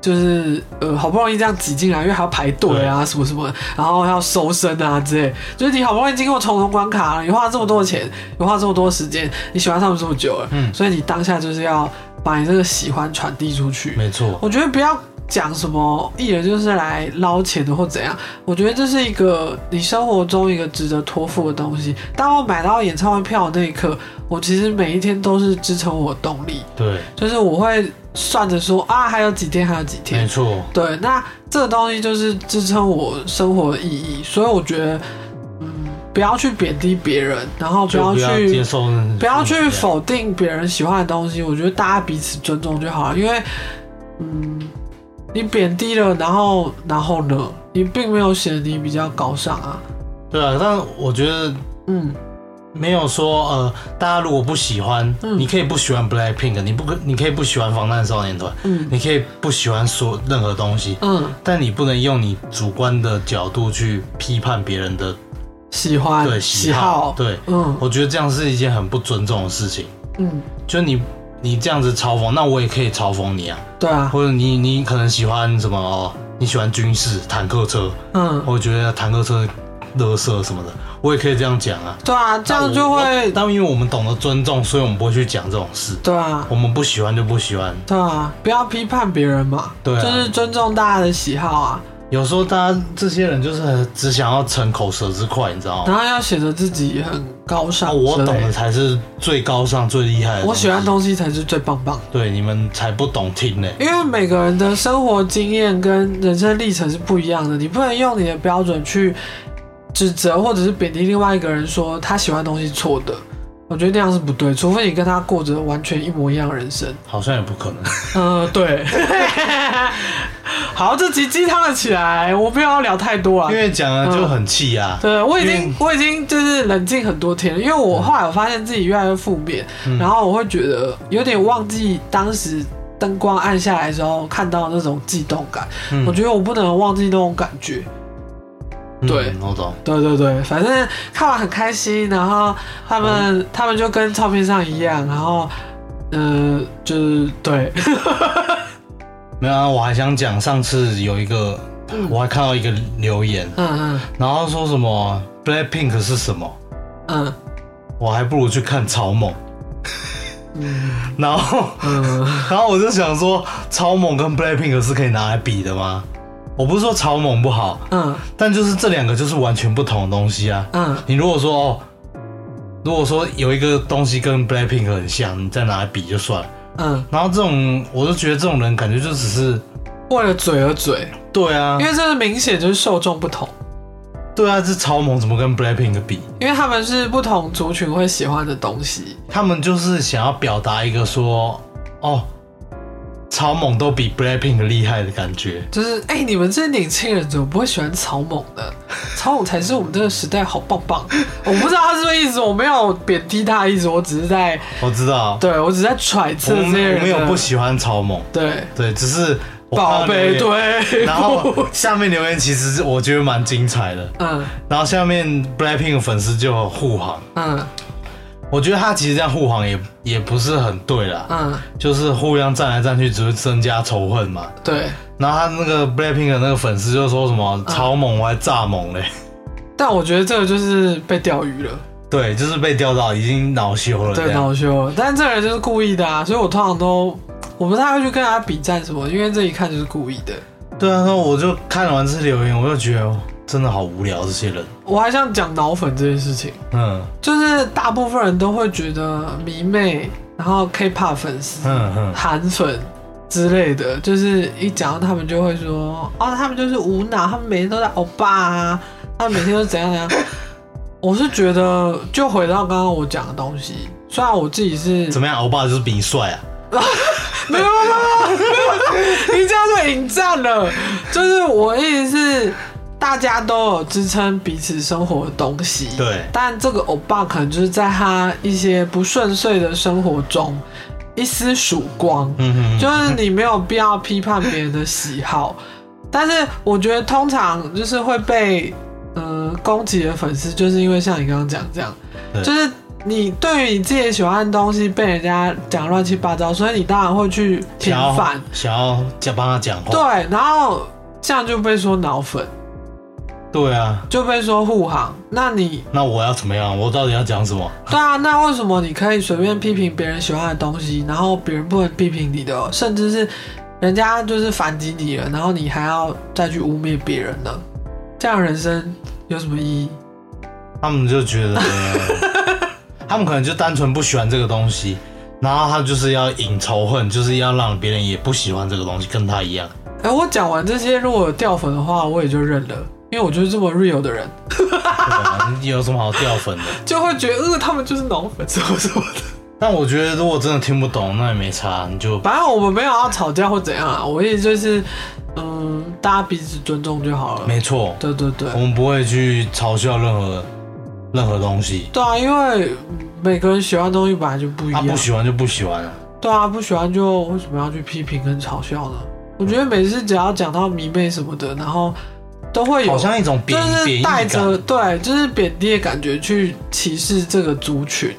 就是呃，好不容易这样挤进来，因为还要排队啊，什么什么，然后还要搜身啊之类。就是你好不容易经过重重关卡了，你花了这么多钱，你花了这么多时间，你喜欢他们这么久了，
嗯
所以你当下就是要把你这个喜欢传递出去。
没错。
我觉得不要讲什么艺人就是来捞钱的或怎样，我觉得这是一个你生活中一个值得托付的东西。当我买到演唱会票的那一刻，我其实每一天都是支撑我的动力。
对，
就是我会算着说啊，还有几天，还有几
没
天。
错。
对，那这个东西就是支撑我生活的意义，所以我觉得，嗯，不要去贬低别人，然后不
就
要
不要接
去
受那种
不要去
评价
否定别人喜欢的东西。我觉得大家彼此尊重就好了，因为，嗯，你贬低了，然后然后呢，你并没有显得你比较高尚啊。
对啊，但我觉得
嗯，
没有说呃，大家如果不喜欢，
嗯
你可以不喜欢 BLACKPINK，你不可你可以不喜欢防弹少年团，
嗯
你可以不喜欢所任何东西，
嗯，
但你不能用你主观的角度去批判别人的
喜欢
对
喜
喜好。对，
嗯
我觉得这样是一件很不尊重的事情。
嗯，
就你你这样子嘲讽，那我也可以嘲讽你啊，
对啊，
或者你你可能喜欢什么哦，你喜欢军事坦克车，
嗯，
我觉得坦克车乐色什么的，我也可以这样讲啊。
对啊，这样就
但我
会
我但因为我们懂得尊重，所以我们不会去讲这种事。
对啊。
我们不喜欢就不喜欢，
对啊，不要批判别人嘛，
对啊
就是尊重大家的喜好啊，
有时候大家这些人就是很只想要逞口舌之快，你知道吗？
然后要显得自己很高尚、
那哦我懂的，才是最高尚、最厉害的东西。
我喜欢的东西才是最棒棒的，
对你们才不懂听呢。
因为每个人的生活经验跟人生历程是不一样的，你不能用你的标准去指责或者是贬低另外一个人说他喜欢的东西是错的，我觉得那样是不对，除非你跟他过着完全一模一样的 人生。
好像也不可能。
嗯，对。 好，这集鸡汤了起来，我不要聊太多啊
因。为讲了就很气啊。
对，我已
因为
经我已经就是冷静很多天了，因为我后来我发现自己越来越负面，然后我会觉得有点忘记当时灯光暗下来的时候看到那种悸动感，
嗯
我觉得我不能忘记那种感觉。
嗯
对
我懂。
对对对，反正看完很开心，然后他们、他们就跟照片上一样，然后呃就是对，
没有啊，我还想讲上次有一个，我还看到一个留言，
嗯嗯
然后说什么 Blackpink 是什么，
嗯
我还不如去看草蜢。
嗯
然后，
嗯，
然后我就想说，草蜢跟 Blackpink 是可以拿来比的吗？我不是说草蜢不好，
嗯
但就是这两个就是完全不同的东西啊。
嗯
你如果说哦，如果说有一个东西跟 Blackpink 很像，你再拿来比就算了。
嗯，
然后这种，我就觉得这种人感觉就只是，
为了嘴而嘴，
对啊
因，为这是明显就是受众不同。
对啊，这草蜢怎么跟 Blackpink 比？
因为他们是不同族群会喜欢的东西。
他们就是想要表达一个说，哦，草蜢都比 Blackpink 厉害的感觉。
就是哎、你们这些年轻人怎么不会喜欢草蜢呢？ 草蜢才是我们这个时代好棒棒。我不知道他是不是意思，我没有贬低他的意思，我只是在
我知道，
对我只是在揣
我
测这
们
些人
我
的
没有不喜欢草蜢，
对
对，只是我看到
宝贝
留言。
对，
然后下面留言其实我觉得蛮精彩的，
嗯
然后下面 Blackpink 的粉丝就有护航，
嗯
我觉得他其实这样护航也也不是很对啦，
嗯，
就是互相站来站去，只会增加仇恨嘛。
对。
然后他那个 Blackpink 的那个粉丝就说什么
嗯
“超猛”还“炸猛”嘞，
但我觉得这个就是被钓鱼了，
对，就是被钓到已经恼羞了这
对，
样。
恼羞了。但这个人就是故意的啊，所以我通常都我不太会去跟他比战什么，因为这一看就是故意的。
对啊，那我就看完这留言，我就觉得哦真的好无聊这些人。
我还想讲脑粉这件事情，
嗯
就是大部分人都会觉得迷妹，然后 K-pop 粉丝、
嗯嗯，
韩粉之类的，就是一讲到他们就会说，哦，他们就是无脑，他们每天都在欧巴啊，他们每天都怎样怎样。我是觉得，就回到刚刚我讲的东西，虽然我自己是
怎么样？欧巴就是比你帅啊？
没有没有没有，你这样就引战了。就是我意思是，大家都有支撑彼此生活的东西。
对
但这个欧巴可能就是在他一些不顺遂的生活中一丝曙光。
嗯
就
嗯
是你没有必要批判别人的喜好，但是我觉得通常就是会被呃攻击的粉丝，就是因为像你刚刚讲这样，
对
就是你对于你自己喜欢的东西被人家讲乱七八糟，所以你当然会去平
想要
反，
想要讲帮他讲话。
对，啊然后这样就被说脑粉，
对啊，
就被说护航，那你
那我要怎么样？我到底要讲什么？
对啊，那为什么你可以随便批评别人喜欢的东西，然后别人不能批评你的，甚至是人家就是反击你了，然后你还要再去污蔑别人呢？这样人生有什么意义？
他们就觉 得，他们可能就单纯不喜欢这个东西，然后他就是要引仇恨，就是要让别人也不喜欢这个东西，跟他一样。
哎、我讲完这些，如果有掉粉的话，我也就认了，因为我就是这么 real 的人，
对啊，你有什么好掉粉的？
就会觉得呃，他们就是脑粉什么什么的。
但我觉得如果真的听不懂，那也没差，你就
反正我们没有要吵架或怎样啊，我也就是嗯，大家彼此尊重就好了。
没错。
对对对
我，们不会去嘲笑任何任何东西，
对啊，因为嗯每个人喜欢的东西本来就不一
他、
样。
啊不喜欢就不喜欢了。
对啊，不喜欢就为什么要去批评跟嘲笑呢？我觉得每次只要讲到迷妹什么的，然后都会有
好像一种
就
贬贬
是
义
带
感，
着对，就是贬低的感觉去歧视这个族群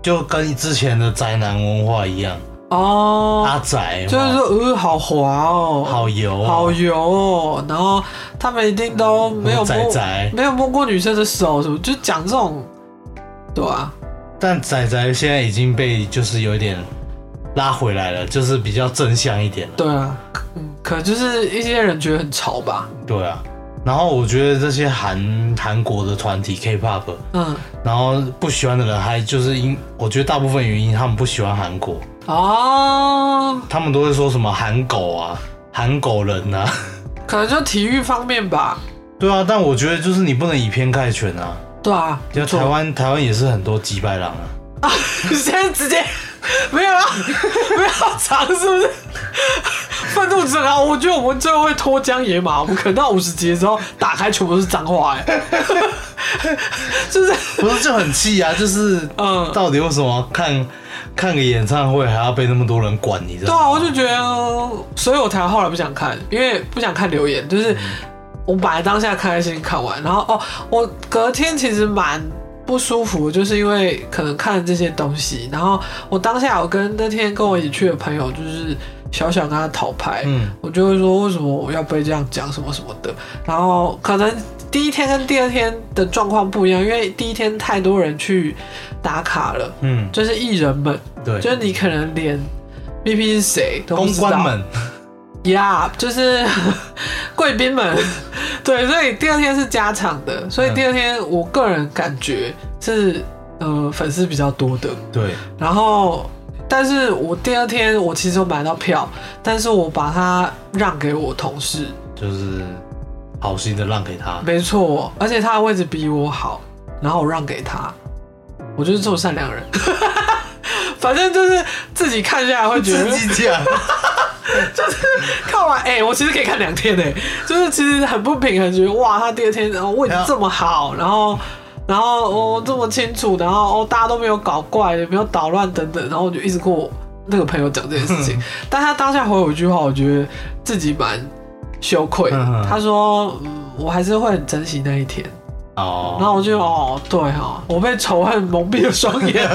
就跟之前的宅男文化一样，
哦，
阿宅
就是
哇
说呃好滑哦，
啊好油哦、
好油哦，然后他们一定都没有摸
宅宅，
没有摸过女生的手什么，就讲这种，对啊，
但仔仔现在已经被就是有一点拉回来了，就是比较正向一点了。
对啊，嗯，可能就是一些人觉得很潮吧，
对啊，然后我觉得这些韩韩国的团体 K-pop，
嗯，
然后不喜欢的人还就是因，我觉得大部分原因他们不喜欢韩国，
哦。
他们都会说什么韩狗啊、韩狗人啊，
可能就体育方面吧，
对啊，但我觉得就是你不能以偏概全啊。
对啊，
就台湾，台湾也是很多几百狼 啊。
啊，你 现在直接 没有要没有要藏是不是？ 愤怒者啊，我觉得我们最后会脱缰野马，我们可能到五十集的时候打开全部都是脏话、哎， 就是
不是就很气啊，就是
嗯
到底为什么看看个演唱会还要被那么多人管？你知
对
道吗？
啊，我就觉得，所以我才后来不想看，因为不想看留言，就是我本来当下开开心心看完，然后哦，我隔天其实蛮。不舒服，就是因为可能看了这些东西，然后我当下我跟那天跟我一起去的朋友，就是小小跟他讨牌，
嗯
我就会说为什么我要被这样讲什么什么的，然后可能第一天跟第二天的状况不一样，因为第一天太多人去打卡了，
嗯，
就是艺人们，
对，
就是你可能连 BP 是谁都不
公
知道
关们，
呀就是 贵宾们， 对，所以第二天是加场的，
嗯
所以第二天我个人感觉是呃粉丝比较多的，
对，
然后但是我第二天我其实有买到票，但是我把它让给我同事，
就是好心的让给他。
没错，而且他的位置比我好，然后我让给他，我就是这么善良人。 反正就是自己看下来会觉得
自己 讲，
看完哎、欸我其实可以看两天哎、就是其实很不平衡，觉得哇，他第二天然后位置这么好，然后然后哦这么清楚，然后哦大家都没有搞怪，也没有捣乱等等，然后我就一直跟我那个朋友讲这件事情，但他当下回我一句话，我觉得自己蛮羞愧的
嗯嗯
他说、嗯，我还是会很珍惜那一天。然
哦，
后我就哦，对哦，我被仇恨蒙蔽了双眼。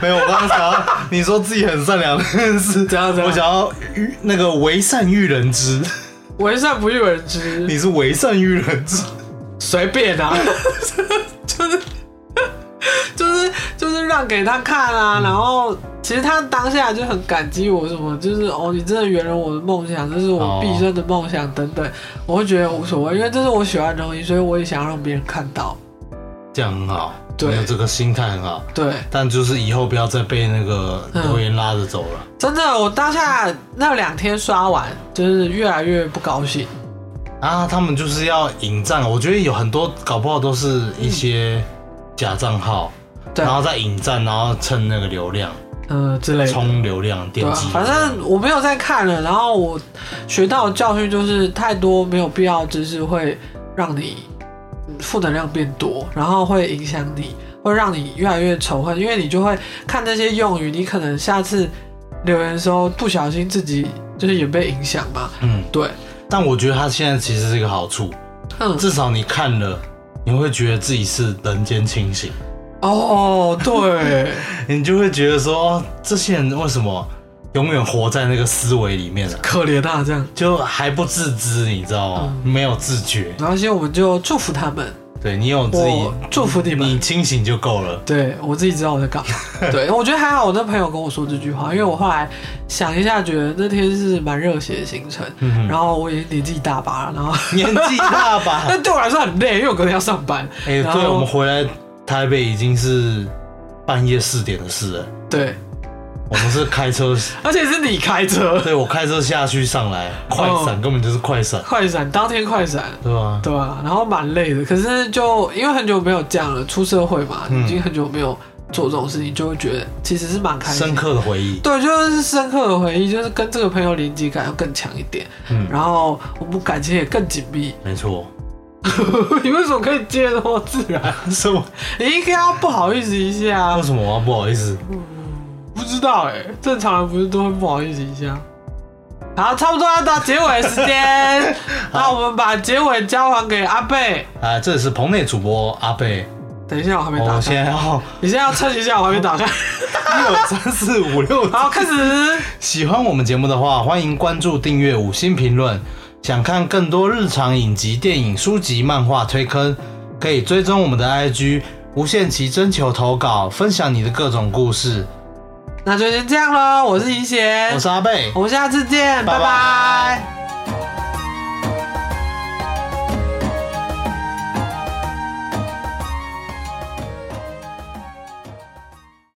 没有，我刚刚想要你说自己很善良但是
怎样怎样
我想要育那个为善育人之，
为善不欲人 知，
你是为善育人之，
随便 啊，就是 就是就是让给他看啊，然后其实他当下就很感激我什么，就是哦，你真的圆了我的梦想，这是我毕生的梦想等等，我会觉得无所谓，因为这是我喜欢的东西，所以我也想要让别人看到。
这样很好，
对
你有这个心态很好。
对，
但就是以后不要再被那个
嗯
留言拉着走了。
真的，我当下那两天刷完，就是越来越不高兴。
啊，他们就是要引战，我觉得有很多搞不好都是一些假账号，
嗯对
然，后再引战，然后蹭那个流量，
嗯、之类的。
冲流量，
对
点
啊
击、，
反正我没有在看了，然后我学到的教训就是太多没有必要的知识会让你嗯负能量变多，然后会影响你，会让你越来越仇恨，因为你就会看这些用语，你可能下次留言的时候不小心自己就是也被影响嘛。
嗯，
对，
但我觉得它现在其实是一个好处，
嗯，
至少你看了，你会觉得自己是人间清醒，
哦，对，
你就会觉得说这些人为什么永远活在那个思维里面啊，
可怜啊，这样。
就还不自知，你知道吗？
嗯
没有自觉，
然后现在我们就祝福他们，
对你有自己
我，祝福你们。
你清醒就够了。
对我自己知道我在干嘛。 对我觉得还好，我那朋友跟我说这句话，因为我后来想一下，觉得那天是蛮热血的行程，
嗯哼
然后我也年纪大把了，然后
年纪大吧，
但对我来说很累，因为我隔天要上班。
哎、
然
对，
后
我们回来台北已经是半夜四点的事了。
对，
我们是开车，
而且是你开车，
对我开车下去上来，快
嗯
闪、根本就是快闪，
快闪当天快闪。
对吧？
对啊，然后蛮累的，可是就因为很久没有这样了，出社会嘛，
嗯
已经很久没有做这种事情，就会觉得其实是蛮开心
深
的。
刻的回忆。
对，就是深刻的回忆，就是跟这个朋友连接感要更强一点，
嗯
然后我们感情也更紧密。
没错，
你为什么可以接得那么自然？
什么？
你应该要不好意思一下
为
啊，
什么我要不好意思？
不知道哎、正常人不是都会不好意思一下？好，差不多要到结尾的时 间，那我们把结尾交还给阿贝。
啊，这里是棚内主播阿贝，
等一下，我还没打
我
开，
现在要
你现在要趁一下，我还没打开。
一二三四五六。
好，开始。
喜欢我们节目的话，欢迎关注、订阅、五星评论。想看更多日常影集、电影、书籍、漫画推坑，可以追踪我们的 IG，无限期征求投稿，分享你的各种故事。
那就先这样喽，我是怡贤
我，是阿贝，
我们下次见，
拜
拜
拜
拜